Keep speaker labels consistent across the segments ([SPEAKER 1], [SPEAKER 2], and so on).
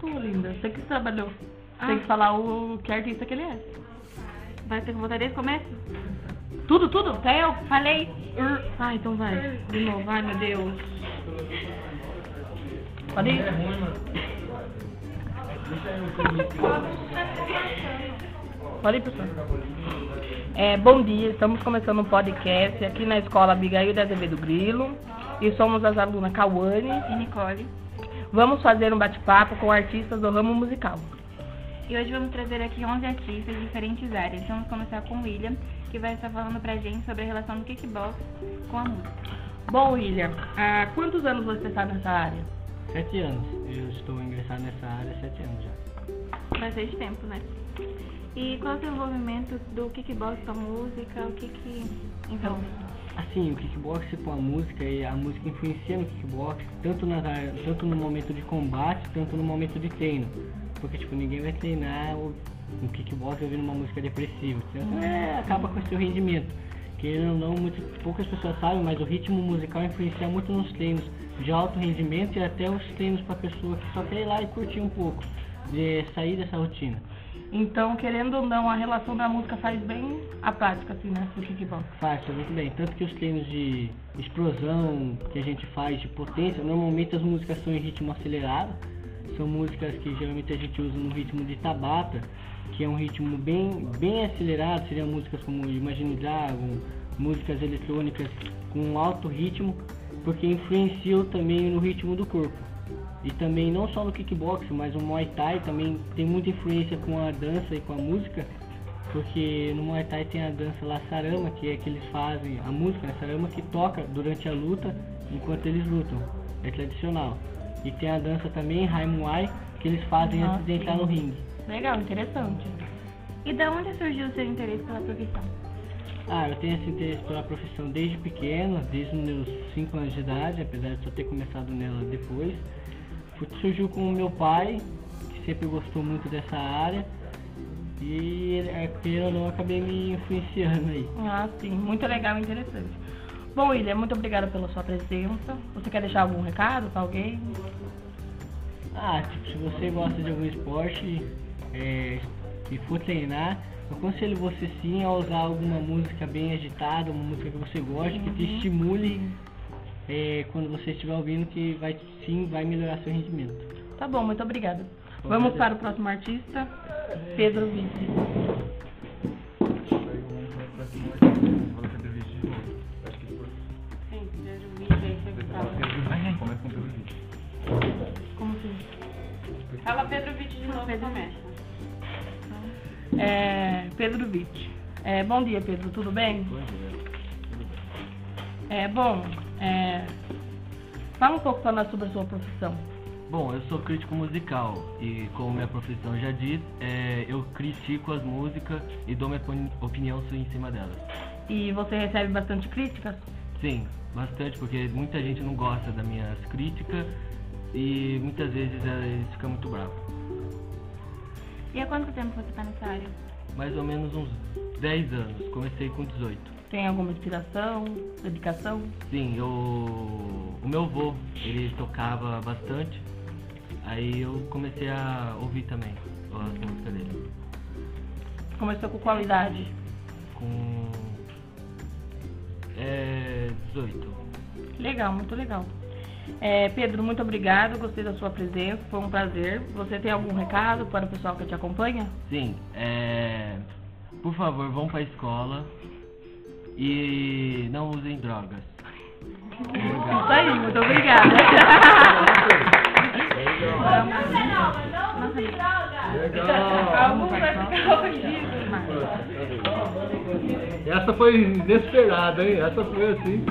[SPEAKER 1] Você que trabalhou. Tem que falar o que artista que ele é.
[SPEAKER 2] Ah. Vai ter que voltar desde o começo?
[SPEAKER 1] Tudo, tudo? Até eu falei.
[SPEAKER 2] Ur.
[SPEAKER 1] Ah, então vai. De novo. Ai, meu Deus. Pode
[SPEAKER 3] É
[SPEAKER 1] ir?
[SPEAKER 3] ruim, mano. Deixa eu comer
[SPEAKER 1] Pode ir, pessoal. É, bom dia, estamos começando um podcast aqui na Escola Abigail da Azevedo Grilo e somos as alunas Cauane.
[SPEAKER 2] E Nicole.
[SPEAKER 1] Vamos fazer um bate-papo com artistas do ramo musical.
[SPEAKER 2] E hoje vamos trazer aqui 11 artistas de diferentes áreas. Vamos começar com o William, que vai estar falando pra gente sobre a relação do kickbox com a música.
[SPEAKER 1] Bom, William, há quantos anos você está nessa área?
[SPEAKER 3] Sete anos. Eu estou ingressado nessa área há sete anos já.
[SPEAKER 2] Bastante tempo, né? E qual é o seu envolvimento do kickbox com a música? O que que envolve?
[SPEAKER 3] Assim, o kickbox com a música e a música influencia no kickbox, tanto, nas, áreas- tanto no momento de combate, tanto no momento de treino. Porque, tipo, ninguém vai treinar o, o kickbox ouvindo uma música depressiva. Então, é, acaba com o seu rendimento. Querendo ou não, muito, poucas pessoas sabem, mas o ritmo musical influencia muito nos treinos de alto rendimento e até os treinos para pessoa que só quer ir lá e curtir um pouco, de sair dessa rotina.
[SPEAKER 1] Então, querendo ou não, a relação da música faz bem a prática, assim, né? Do kickbox.
[SPEAKER 3] Faz, muito bem. Tanto que os treinos de explosão que a gente faz de potência, normalmente as músicas são em ritmo acelerado. São músicas que geralmente a gente usa no ritmo de tabata, que é um ritmo bem, bem acelerado. Seriam músicas como Imagine Dragon, músicas eletrônicas com alto ritmo, porque influenciam também no ritmo do corpo. E também não só no kickbox, mas o Muay Thai também tem muita influência com a dança e com a música, porque no Muay Thai tem a dança lá sarama, que é que eles fazem a música, né, sarama que toca durante a luta enquanto eles lutam. É tradicional. E tem a dança também, Rai Muay, que eles fazem
[SPEAKER 1] Ah,
[SPEAKER 3] antes de entrar
[SPEAKER 1] sim.
[SPEAKER 3] no ringue.
[SPEAKER 1] Legal, interessante.
[SPEAKER 2] E da onde surgiu o seu interesse pela profissão?
[SPEAKER 3] Ah, eu tenho esse interesse pela profissão desde pequeno, desde os meus 5 anos de idade, apesar de só ter começado nela depois. Fui- Surgiu com o meu pai, que sempre gostou muito dessa área, e ele- é, queira ou não, eu acabei me influenciando aí.
[SPEAKER 1] Ah, sim. Muito legal e interessante. Bom, William, muito obrigada pela sua presença. Você quer deixar algum recado para alguém?
[SPEAKER 3] Ah, tipo, se você gosta de algum esporte é, e for treinar, eu aconselho você sim a usar alguma música bem agitada, uma música que você goste, que te estimule é, quando você estiver ouvindo, que vai sim vai melhorar seu rendimento.
[SPEAKER 1] Tá bom, muito obrigada.
[SPEAKER 3] Bom,
[SPEAKER 1] Vamos
[SPEAKER 3] beleza.
[SPEAKER 1] para o próximo artista, Pedro Vitti.
[SPEAKER 4] Você teve vídeo. Acho que foi.
[SPEAKER 2] Sim, primeiro vídeo aí você
[SPEAKER 4] Começa com o primeiro vídeo.
[SPEAKER 1] Como assim?
[SPEAKER 5] Fala Pedro Vitti de novo,
[SPEAKER 2] Pedro.
[SPEAKER 5] começa.
[SPEAKER 1] É, Pedro Vitti. É, bom dia, Pedro. Tudo bem? É, bom, é, fala um pouco para nós sobre a sua profissão.
[SPEAKER 6] Bom, eu sou crítico musical e, como minha profissão já diz, é, eu critico as músicas e dou minha opini- opinião sua em cima delas.
[SPEAKER 1] E você recebe bastante críticas?
[SPEAKER 6] Sim, bastante, porque muita gente não gosta das minhas críticas e muitas vezes eles ficam muito bravos.
[SPEAKER 2] E há quanto tempo você está nessa área?
[SPEAKER 6] Mais ou menos uns 10 anos, comecei com 18.
[SPEAKER 1] Tem alguma inspiração, dedicação?
[SPEAKER 6] Sim, eu, o meu avô, ele tocava bastante, aí eu comecei a ouvir também as músicas dele.
[SPEAKER 1] Começou com qualidade.
[SPEAKER 6] Com... É... 18.
[SPEAKER 1] Legal, muito legal. É, Pedro, muito obrigado, gostei da sua presença, foi um prazer. Você tem algum recado para o pessoal que te acompanha?
[SPEAKER 6] Sim, é... por favor, vão pra escola e não usem drogas.
[SPEAKER 1] Isso aí, muito obrigada.
[SPEAKER 4] Legal! Essa foi inesperada, hein? Essa foi assim.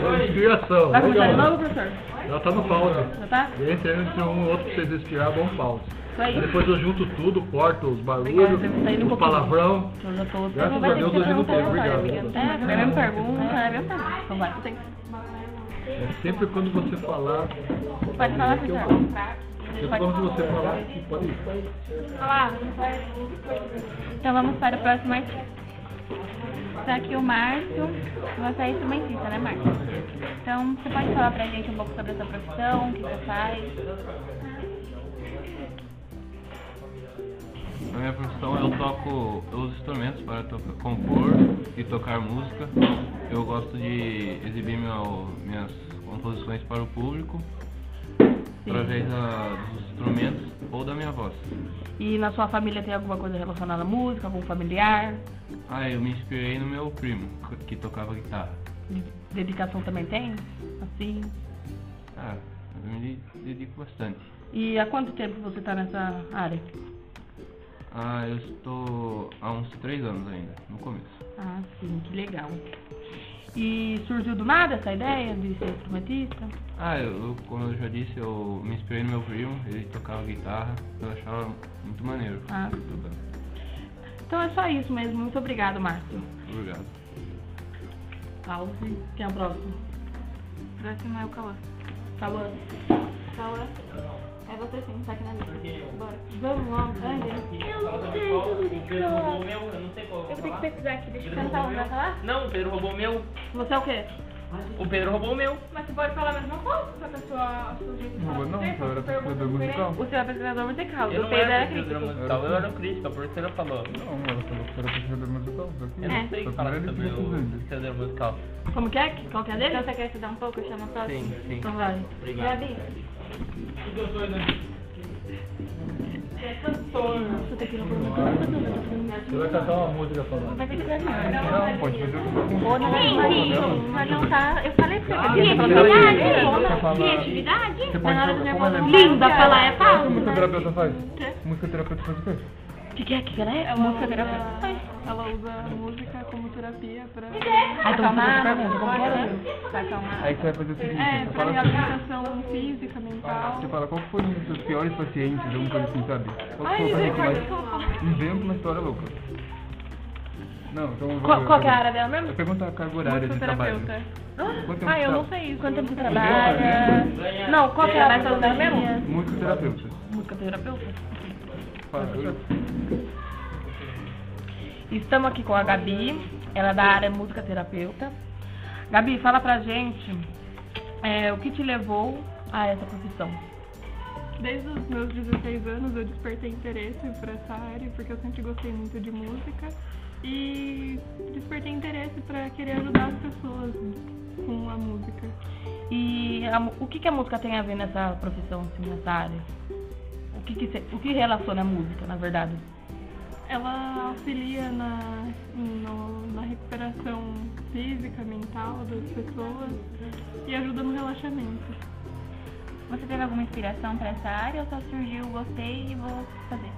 [SPEAKER 4] Foi inspiração.
[SPEAKER 1] Vai começar de
[SPEAKER 4] Legal.
[SPEAKER 1] novo, professor?
[SPEAKER 4] Ela tá no pause.
[SPEAKER 1] Já tá?
[SPEAKER 4] E entre entre um e outro pra vocês inspirar, bom pause.
[SPEAKER 1] Isso aí.
[SPEAKER 4] Depois eu junto tudo, corto os
[SPEAKER 1] Obrigada,
[SPEAKER 4] barulhos,
[SPEAKER 1] deve sair um
[SPEAKER 4] os
[SPEAKER 1] pouquinho.
[SPEAKER 4] palavrão.
[SPEAKER 1] Eu já tô...
[SPEAKER 4] Graças
[SPEAKER 1] Não vai
[SPEAKER 4] a
[SPEAKER 1] ter
[SPEAKER 4] Deus
[SPEAKER 1] que
[SPEAKER 4] hoje não
[SPEAKER 1] perguntar
[SPEAKER 4] pode,
[SPEAKER 1] agora,
[SPEAKER 4] obrigado.
[SPEAKER 1] amiga.
[SPEAKER 2] É, foi a mesma pergunta, é a mesma pergunta.
[SPEAKER 1] Então vai, tem.
[SPEAKER 4] É sempre quando você falar.
[SPEAKER 2] Pode falar, professor.
[SPEAKER 4] Sempre quando você né? falar, pode ir.
[SPEAKER 2] Então vamos para o próximo artista. Está aqui o Márcio. Você é instrumentista, né, Márcio? Então você pode falar pra gente um pouco sobre a sua profissão, o que você faz?
[SPEAKER 7] Na minha profissão eu toco, eu uso instrumentos para tocar, compor e tocar música. Eu gosto de exibir meu- minhas composições para o público através da- dos instrumentos ou da minha voz.
[SPEAKER 1] E na sua família tem alguma coisa relacionada à música, algum familiar?
[SPEAKER 7] Ah, eu me inspirei no meu primo, que tocava guitarra.
[SPEAKER 1] De- Dedicação também tem? Assim.
[SPEAKER 7] Ah, eu me dedico bastante.
[SPEAKER 1] E há quanto tempo você está nessa área?
[SPEAKER 7] Ah, eu estou há uns três anos ainda, no começo.
[SPEAKER 1] Ah, sim, que legal. E surgiu do nada essa ideia de ser instrumentista?
[SPEAKER 7] Ah, eu, como eu já disse, eu me inspirei no meu primo, ele tocava guitarra, eu achava muito maneiro.
[SPEAKER 1] Ah.
[SPEAKER 7] ele tocando.
[SPEAKER 1] Então é só isso mesmo. Muito obrigado, Márcio.
[SPEAKER 7] Obrigado.
[SPEAKER 1] Pause. Quem é o próximo?
[SPEAKER 2] Próximo é o Cauã.
[SPEAKER 1] Calando.
[SPEAKER 5] Paula, é você sim, tá aqui na mesa. Bora.
[SPEAKER 1] Vamos logo.
[SPEAKER 5] Ande.
[SPEAKER 8] Eu não sei é tudo de que eu roubou meu, eu não sei qual é
[SPEAKER 5] Eu
[SPEAKER 8] eu vou
[SPEAKER 5] tenho que
[SPEAKER 8] falar.
[SPEAKER 5] pesquisar aqui, deixa eu pensar um, vai falar?
[SPEAKER 8] Não, o Pedro roubou meu.
[SPEAKER 1] Você é o quê?
[SPEAKER 8] O Pedro roubou meu.
[SPEAKER 5] Mas você pode falar a mesma coisa, só que a sua... Não
[SPEAKER 4] Não, não, eu
[SPEAKER 5] é
[SPEAKER 4] era pesquisador musical.
[SPEAKER 2] O seu é pesquisador musical, o
[SPEAKER 8] Eu
[SPEAKER 2] do
[SPEAKER 8] não
[SPEAKER 2] Pedro era
[SPEAKER 8] era
[SPEAKER 2] crítico.
[SPEAKER 8] professora musical, eu era crítica, a professora falou.
[SPEAKER 4] Não, ela falou que um era pesquisador musical. só que-
[SPEAKER 8] Eu não sei
[SPEAKER 4] só que
[SPEAKER 8] falar
[SPEAKER 4] ele
[SPEAKER 8] sobre
[SPEAKER 4] queria
[SPEAKER 8] o
[SPEAKER 4] fazer.
[SPEAKER 8] professor musical.
[SPEAKER 1] Como que é? Qual que é
[SPEAKER 2] Então
[SPEAKER 1] dele?
[SPEAKER 2] você quer estudar um pouco? Chama a próxima.
[SPEAKER 8] Sim, sim.
[SPEAKER 1] Então vai.
[SPEAKER 8] Obrigado.
[SPEAKER 5] Gabi,
[SPEAKER 2] é
[SPEAKER 1] É.
[SPEAKER 4] Você vai cantar uma música falando.
[SPEAKER 2] Vai ter que terminar.
[SPEAKER 4] Não, pode fazer o que
[SPEAKER 2] Ou não,
[SPEAKER 4] Sim, sim.
[SPEAKER 2] mas- mas não tá. Eu falei pra você.
[SPEAKER 4] Sim,
[SPEAKER 2] que eu
[SPEAKER 4] sim.
[SPEAKER 2] tava falando.
[SPEAKER 4] Sim.
[SPEAKER 5] criatividade?
[SPEAKER 4] você
[SPEAKER 2] na hora do
[SPEAKER 4] pode. Como é
[SPEAKER 2] nervoso.
[SPEAKER 4] que
[SPEAKER 1] Linda, falar é
[SPEAKER 4] o
[SPEAKER 1] fácil.
[SPEAKER 4] musicoterapeuta faz? Musicoterapeuta faz o quê?
[SPEAKER 1] O que, que é que ela é?
[SPEAKER 2] Música terapia. Ela usa música como terapia pra
[SPEAKER 1] Ah, então você fez a
[SPEAKER 2] acalmar,
[SPEAKER 1] pergunta, como que era?
[SPEAKER 2] pra acalmar.
[SPEAKER 4] Aí você vai fazer o seguinte,
[SPEAKER 2] É,
[SPEAKER 4] você
[SPEAKER 2] pra
[SPEAKER 4] fala
[SPEAKER 2] reabilitação física, mental.
[SPEAKER 4] Você fala qual foi um dos seus piores pacientes, alguma coisa assim, sabe? Qual foi o paciente mais. Inventa uma história louca. Não, então eu vou.
[SPEAKER 1] Qual, qual que é a área
[SPEAKER 4] era?
[SPEAKER 1] dela mesmo?
[SPEAKER 4] Eu pergunto a carga horária de trabalho. Quanto tempo
[SPEAKER 1] Ah, eu
[SPEAKER 4] tá-
[SPEAKER 1] não sei. Quanto tempo você trabalha? Não, qual que é a área dela mesmo?
[SPEAKER 4] Musicoterapeuta.
[SPEAKER 1] Música terapeuta.
[SPEAKER 4] Fala, eu-
[SPEAKER 1] Estamos aqui com a Gabi, ela é da área música terapeuta. Gabi, fala pra gente é, o que te levou a essa profissão.
[SPEAKER 2] Desde os meus 16 anos eu despertei interesse por essa área, porque eu sempre gostei muito de música. E despertei interesse pra querer ajudar as pessoas né? com a música.
[SPEAKER 1] E a mu- o que, que a música tem a ver nessa profissão, assim, nessa área? O que, que, se- o que relaciona a música, na verdade?
[SPEAKER 2] Ela auxilia na, no- na recuperação física, mental das pessoas e ajuda no relaxamento.
[SPEAKER 5] você teve alguma inspiração pra essa área ou só surgiu, gostei e vou fazer?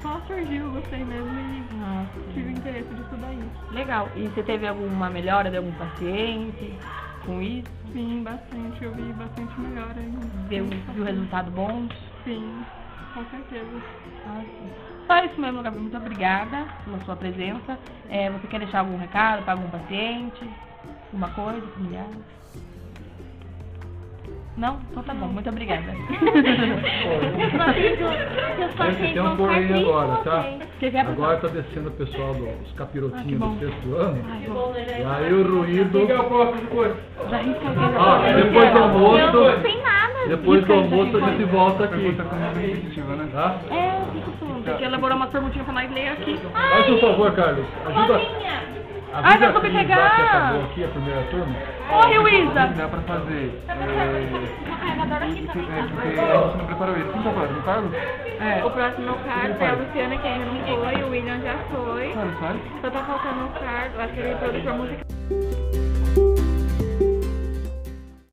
[SPEAKER 2] Só surgiu, gostei mesmo e
[SPEAKER 5] Uhum.
[SPEAKER 2] tive interesse de estudar isso.
[SPEAKER 1] Legal. E você teve alguma melhora de algum paciente com isso?
[SPEAKER 2] Sim, bastante, eu vi bastante melhora. em-
[SPEAKER 1] Deu,
[SPEAKER 2] em-
[SPEAKER 1] viu resultado bom?
[SPEAKER 2] Sim, com certeza.
[SPEAKER 1] Só isso mesmo, Gabi. Muito obrigada pela sua presença. É, você quer deixar algum recado para algum paciente? Alguma coisa, familiar? Não? Então tá bom. Muito obrigada.
[SPEAKER 5] Seus
[SPEAKER 4] Tem
[SPEAKER 5] pacientes
[SPEAKER 4] um
[SPEAKER 5] vão
[SPEAKER 4] porém
[SPEAKER 5] ficar
[SPEAKER 4] agora, tá?
[SPEAKER 5] tristes
[SPEAKER 1] que que é, pessoal?
[SPEAKER 4] Agora tá descendo o pessoal dos
[SPEAKER 1] Ah,
[SPEAKER 4] capirotinhos do sexto ano.
[SPEAKER 5] com vocês.
[SPEAKER 4] E aí o ruído.
[SPEAKER 1] Já ri com alguém.
[SPEAKER 4] Ah, depois do
[SPEAKER 5] Eu não
[SPEAKER 4] almoço.
[SPEAKER 5] sei nada.
[SPEAKER 4] Depois do almoço a gente volta aqui. Tá?
[SPEAKER 5] É, o que que eu
[SPEAKER 1] Tem que elaborar umas perguntinhas pra nós ler aqui.
[SPEAKER 4] Faz um favor, Carlos. Ajuda.
[SPEAKER 5] Bolinha.
[SPEAKER 1] Ai, vai
[SPEAKER 4] ajuda
[SPEAKER 1] comer
[SPEAKER 4] aqui embaixo,
[SPEAKER 1] pegar.
[SPEAKER 4] acabou aqui a primeira turma.
[SPEAKER 1] Corre, Luísa!
[SPEAKER 4] Dá pra fazer.
[SPEAKER 5] O carregador aqui
[SPEAKER 4] É, porque
[SPEAKER 5] também.
[SPEAKER 4] a gente não preparou isso. Quem tá falando? Carlos?
[SPEAKER 1] É.
[SPEAKER 2] O próximo é o Carlos, é a Luciana que ainda não foi, o William já foi.
[SPEAKER 4] Carlos, faz.
[SPEAKER 2] tá um Só tá faltando o Carlos, acho que ele é produtor musical.